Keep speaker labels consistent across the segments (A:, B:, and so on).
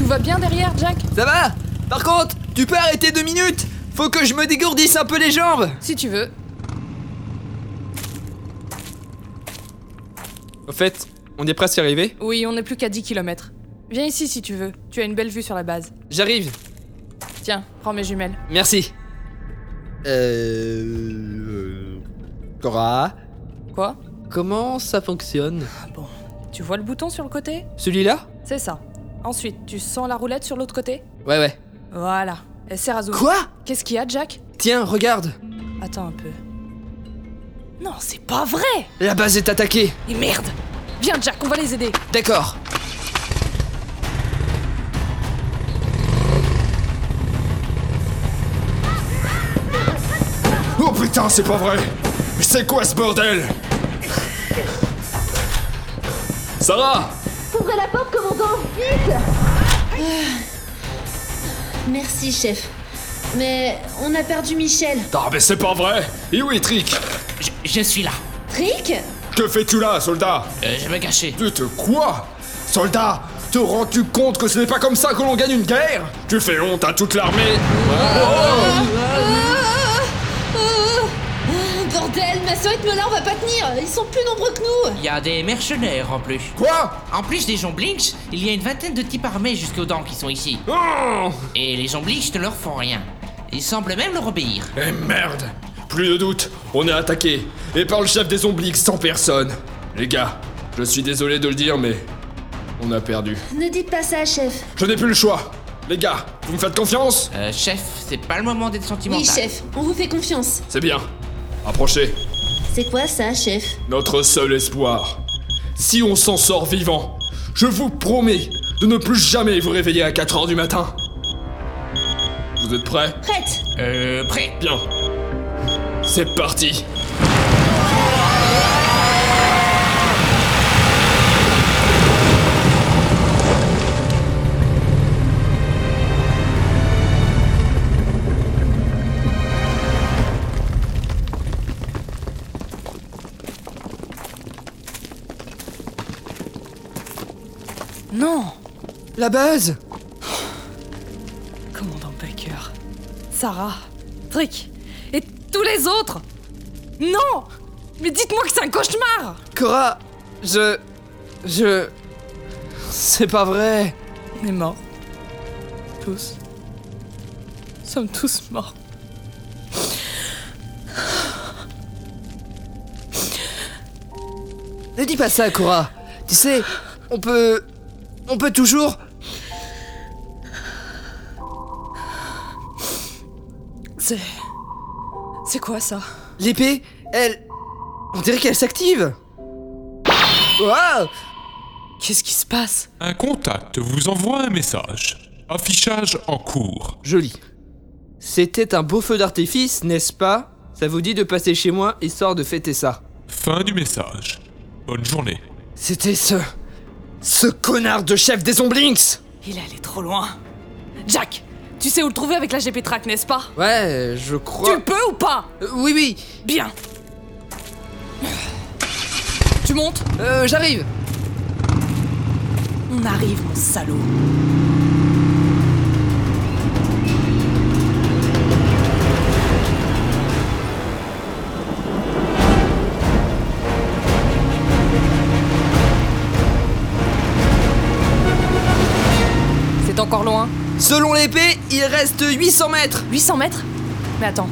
A: vas bien derrière, Jack
B: Ça va Par contre, tu peux arrêter deux minutes Faut que je me dégourdisse un peu les jambes
A: Si tu veux.
C: Au fait, on est presque arrivé
A: Oui, on n'est plus qu'à 10 km. Viens ici si tu veux. Tu as une belle vue sur la base.
C: J'arrive.
A: Tiens, prends mes jumelles.
C: Merci.
B: Euh... Cora,
A: Quoi
C: Comment ça fonctionne
A: Ah Tu vois le bouton sur le côté
C: Celui-là
A: C'est ça. Ensuite, tu sens la roulette sur l'autre côté
C: Ouais, ouais.
A: Voilà. Elle sert à zoomer.
C: Quoi
A: Qu'est-ce qu'il y a, Jack
C: Tiens, regarde
A: Attends un peu. Non, c'est pas vrai
C: La base est attaquée
A: Et merde Viens, Jack, on va les aider.
C: D'accord
D: Oh putain, c'est pas vrai Mais c'est quoi ce bordel Sarah
E: Ouvrez la porte, commandant Ah. Merci, chef. Mais on a perdu Michel.
D: Ah mais c'est pas vrai Et où est Trick
F: Je, je suis là.
E: Trick
D: Que fais-tu là, soldat
F: Euh, je me cachais.
D: Tu te quoi Soldat Te rends-tu compte que ce n'est pas comme ça que l'on gagne une guerre Tu fais honte à toute l'armée
E: Oh, Bordel, ma soeur et Mola, on va pas tenir Ils sont plus nombreux que nous
F: Il y a des mercenaires en plus.
D: Quoi
F: En plus des Blinch, il y a une vingtaine de types armés jusqu'aux dents qui sont ici.
D: Oh
F: Et les Blinch ne leur font rien. Ils semblent même leur obéir.
D: Eh merde Plus de doute, on est attaqué Et par le chef des zombies sans personne Les gars, je suis désolé de le dire, mais... On a perdu.
E: Ne dites pas ça, chef.
D: Je n'ai plus le choix Les gars, vous me faites confiance
F: Euh, chef, c'est pas le moment d'être sentimental.
E: Oui, chef, on vous fait confiance.
D: C'est bien. Approchez.
E: C'est quoi ça, chef
D: Notre seul espoir. Si on s'en sort vivant, je vous promets de ne plus jamais vous réveiller à 4h du matin. Vous êtes prêts
E: Prête
F: Euh, prêt.
D: Bien. C'est parti.
A: Non
B: la base
A: Commandant Baker, Sarah, Trick et tous les autres Non Mais dites-moi que c'est un cauchemar
B: Cora, je... Je... C'est pas vrai
A: On est morts.
B: Tous.
A: Nous sommes tous morts.
B: Ne dis pas ça, Cora. Tu sais, on peut... On peut toujours...
A: C'est. C'est quoi ça
B: L'épée, elle... On dirait qu'elle s'active Waouh
A: Qu'est-ce qui se passe
G: Un contact vous envoie un message. Affichage en cours.
B: Joli. C'était un beau feu d'artifice, n'est-ce pas Ça vous dit de passer chez moi, histoire de fêter ça.
G: Fin du message. Bonne journée.
B: C'était ce... Ce connard de chef des Omblinks
A: Il est allé trop loin. Jack, tu sais où le trouver avec la GP Track, n'est-ce pas
B: Ouais, je
A: Tu
B: crois...
A: le peux ou pas
B: Euh, oui, oui,
A: Bien. Tu montes
B: euh, j'arrive
A: On arrive, mon salaud. C'est encore loin
B: Selon l'épée, il reste 800 mètres
A: 800 mètres Mais attends,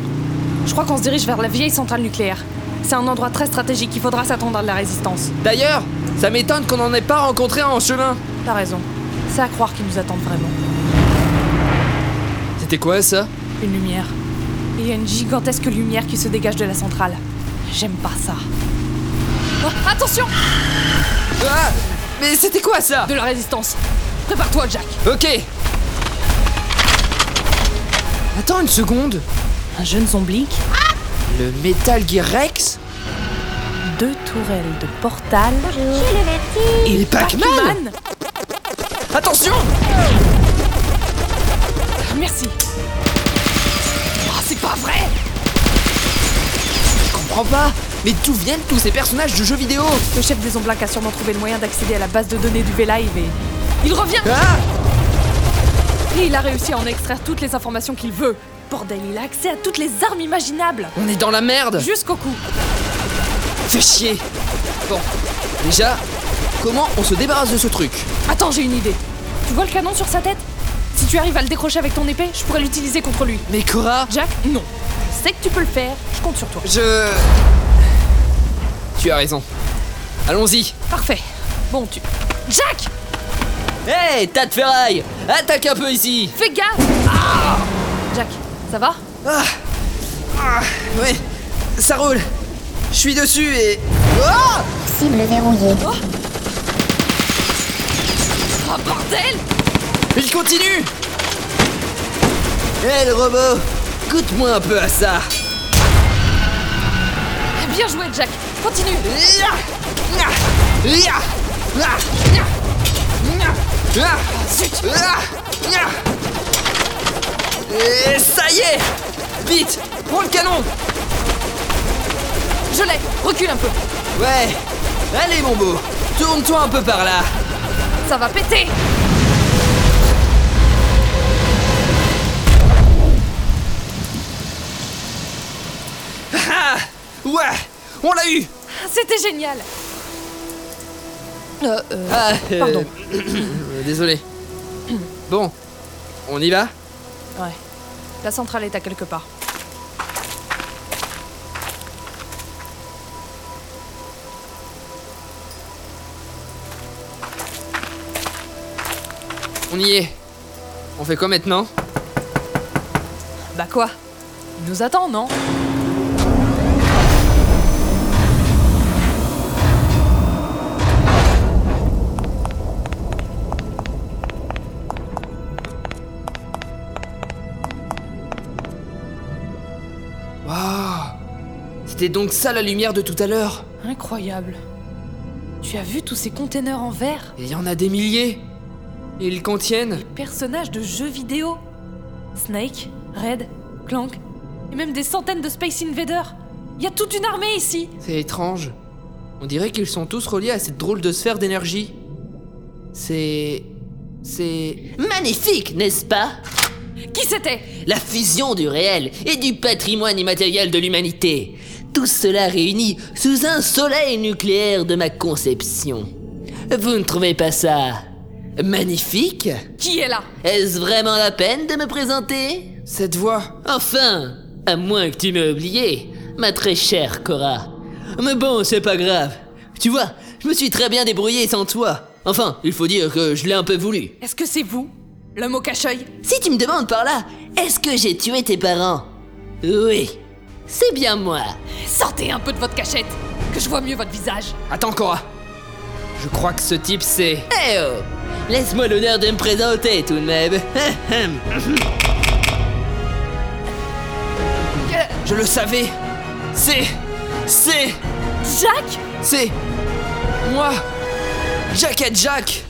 A: je crois qu'on se dirige vers la vieille centrale nucléaire. C'est un endroit très stratégique, il faudra s'attendre à de la résistance.
B: D'ailleurs, ça m'étonne qu'on n'en ait pas rencontré un en chemin
A: T'as raison, c'est à croire qu'ils nous attendent vraiment.
B: C'était quoi, ça
A: Une lumière. Il y a une gigantesque lumière qui se dégage de la centrale. J'aime pas ça. Oh, attention
B: Ah Mais c'était quoi, ça
A: De la résistance. Prépare-toi, Jack.
B: Ok Attends une seconde
A: Un jeune zombie,
B: Le Metal Gear Rex
A: deux tourelles de portal
B: Et Pac-Man
A: Pac-Man.
B: Attention
A: Merci. Oh, c'est pas vrai
B: comprends pas Mais d'où viennent tous ces personnages de jeux vidéo
A: Le chef des Omblacs a sûrement trouvé le moyen d'accéder à la base de données du Velive et... Il revient
B: Ah
A: Et il a réussi à en extraire toutes les informations qu'il veut. Bordel, il a accès à toutes les armes imaginables.
C: On est dans la merde
A: Jusqu'au cou.
C: Fais chier Bon, déjà, comment on se débarrasse de ce truc
A: Attends, j'ai une idée. Tu vois le canon sur sa tête Si tu arrives à le décrocher avec ton épée, je pourrais l'utiliser contre lui.
C: Mais Cora,
A: Jack, non. Je sais que tu peux le faire, je compte sur toi.
C: je... Tu as raison. Allons-y
A: Parfait. Bon, tu. Jack
C: Hey, tas de ferraille Attaque un peu ici
A: Fais gaffe Ah Jack, ça va
C: Ouais, ça roule Je suis dessus et... Oh
H: Cible verrouillée.
A: Oh bordel
C: Il continue Hé le robot Goûte-moi un peu à ça
A: Bien joué, Jack. Continue. Zut
C: Et ça y est Vite Prends le canon
A: Je l'ai. Recule un peu.
C: Ouais Allez mon beau Tourne-toi un peu par là
A: Ça va péter
C: Ah Ouais On l'a eu
A: C'était génial. Euh, euh,
C: Ah, euh,
A: Pardon.
C: Désolé. Bon, on y va
A: Ouais. La centrale est à quelque part.
C: On y est. On fait quoi maintenant
A: Bah quoi Il nous attend, non
C: Oh C'était donc ça la lumière de tout à l'heure
A: Incroyable. Tu as vu tous ces containers en verre
C: Il y en a des milliers Et Ils contiennent
A: Personnages de jeux vidéo Snake, Red, Clank, et même des centaines de Space Invaders Il y a toute une armée ici
C: C'est étrange. On dirait qu'ils sont tous reliés à cette drôle de sphère d'énergie. C'est. C'est. Magnifique, n'est-ce pas
A: Qui c'était
C: La fusion du réel et du patrimoine immatériel de l'humanité. Tout cela réuni sous un soleil nucléaire de ma conception. Vous ne trouvez pas ça magnifique
A: Qui est là
C: Est-ce vraiment la peine de me présenter Cette voix. Enfin, à moins que tu m'aies oublié, ma très chère Cora. Mais bon, c'est pas grave. Tu vois, je me suis très bien débrouillé sans toi. Enfin, il faut dire que je l'ai un peu voulu.
A: Est-ce que c'est vous L'homme au cache-œil
C: Si tu me demandes par là, est-ce que j'ai tué tes parents Oui, c'est bien moi.
A: Sortez un peu de votre cachette Que je vois mieux votre visage
C: Attends, Cora. Je crois que ce type c'est. Eh oh Laisse-moi l'honneur de me présenter tout de même. Je le savais. C'est. C'est.
A: Jack
C: C'est. Moi. Jack et Jack.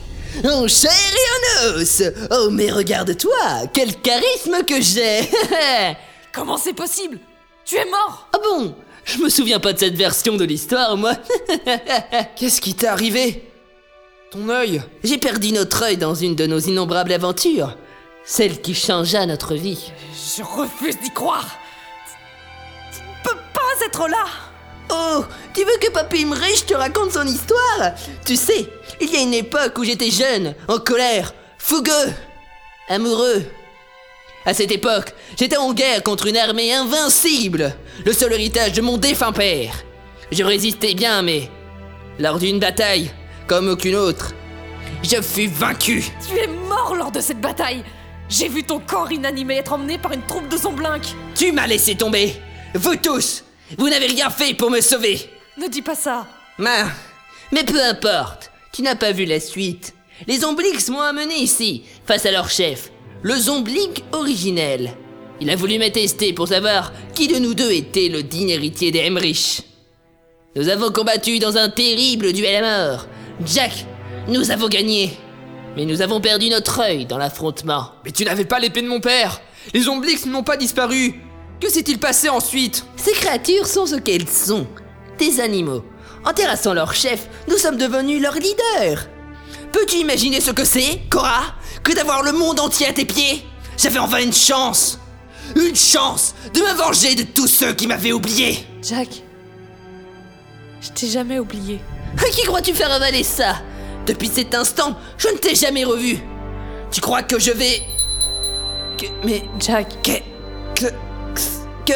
B: Oh chair et en os Oh mais regarde-toi Quel charisme que j'ai
A: Comment c'est possible Tu es mort
B: Ah bon Je me souviens pas de cette version de l'histoire, moi
C: Qu'est-ce qui t'est arrivé Ton œil.
B: J'ai perdu notre œil dans une de nos innombrables aventures Celle qui changea notre vie
A: Je refuse d'y croire Tu ne peux pas être là
B: Oh Tu veux que Papy Imrich te raconte son histoire Tu sais, il y a une époque où j'étais jeune, en colère, fougueux, amoureux. À cette époque, j'étais en guerre contre une armée invincible, le seul héritage de mon défunt père. Je résistais bien, mais lors d'une bataille, comme aucune autre, je fus vaincu.
A: Tu es mort lors de cette bataille J'ai vu ton corps inanimé être emmené par une troupe de zomblinques
B: Tu m'as laissé tomber. Vous tous, vous n'avez rien fait pour me sauver.
A: Ne dis pas ça
B: Mais, mais peu importe, tu n'as pas vu la suite. Les Zomblix m'ont amené ici, face à leur chef, le Zomblink originel. Il a voulu me tester pour savoir qui de nous deux était le digne héritier des Emmerich. Nous avons combattu dans un terrible duel à mort. Jack, nous avons gagné. Mais nous avons perdu notre œil dans l'affrontement.
C: Mais tu n'avais pas l'épée de mon père Les Omblix n'ont pas disparu Que s'est-il passé ensuite
B: Ces créatures sont ce qu'elles sont, des animaux. En terrassant leur chef, nous sommes devenus leur leader. Peux-tu imaginer ce que c'est, Cora Que d'avoir le monde entier à tes pieds J'avais enfin une chance Une chance de me venger de tous ceux qui m'avaient oublié
A: Jack, je t'ai jamais oublié.
B: À qui crois-tu faire avaler ça Depuis cet instant, je ne t'ai jamais revu Tu crois que je vais... Que... Mais...
A: Jack,
B: Que... Que... Que...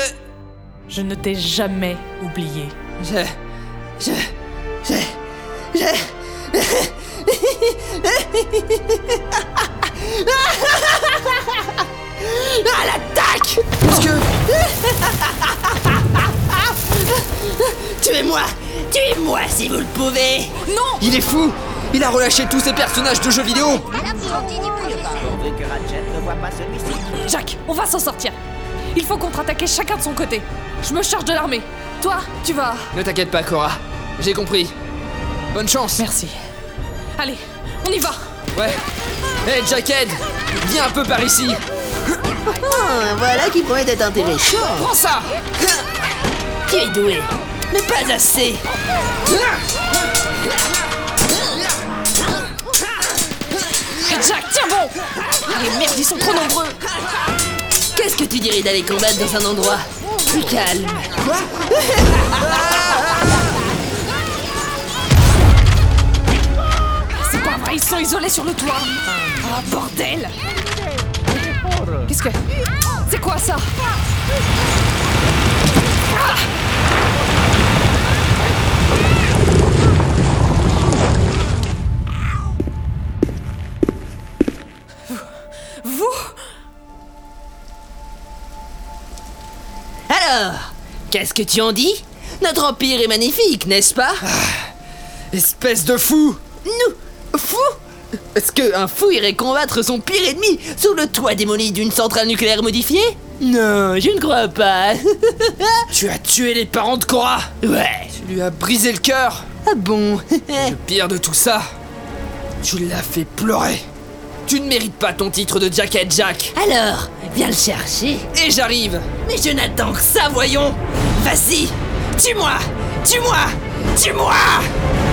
A: je ne t'ai jamais oublié.
B: Je... Je... Je... Je... À l'attaque Parce que... Tuez-moi Tuez-moi si vous le pouvez
A: Non
B: Il est fou Il a relâché tous ses personnages de jeux vidéo
A: Jack, on va s'en sortir. Il faut contre-attaquer chacun de son côté. Je me charge de l'armée. Toi, tu vas...
I: Ne t'inquiète pas, Cora. J'ai compris. Bonne chance.
A: Merci. Allez, on y va
I: Ouais. Hé, Jackhead Viens un peu par ici
B: Voilà qui pourrait être intéressant
I: Prends ça
B: Ah. Tu es doué Mais pas assez
A: Et Jack, tiens bon Les merdes, ils sont trop nombreux
B: Qu'est-ce que tu dirais d'aller combattre dans un endroit plus calme
A: C'est pas vrai, ils sont isolés sur le toit Oh, bordel Qu'est-ce que... C'est quoi ça
B: Alors, qu'est-ce que tu en dis Notre empire est magnifique, n'est-ce pas
I: Ah, Espèce de fou
B: Nous Fou Est-ce qu'un fou irait combattre son pire ennemi sous le toit démoli d'une centrale nucléaire modifiée Non, je ne crois pas.
I: Tu as tué les parents de Cora
B: ouais.
I: Tu lui as brisé le cœur
B: Ah bon
I: Le pire de tout ça, tu l'as fait pleurer Tu ne mérites pas ton titre de Jackhead Jack
B: Alors, viens le chercher.
I: Et j'arrive
B: Mais je n'attends que ça, voyons Vas-y Tue-moi Tue-moi Tue-moi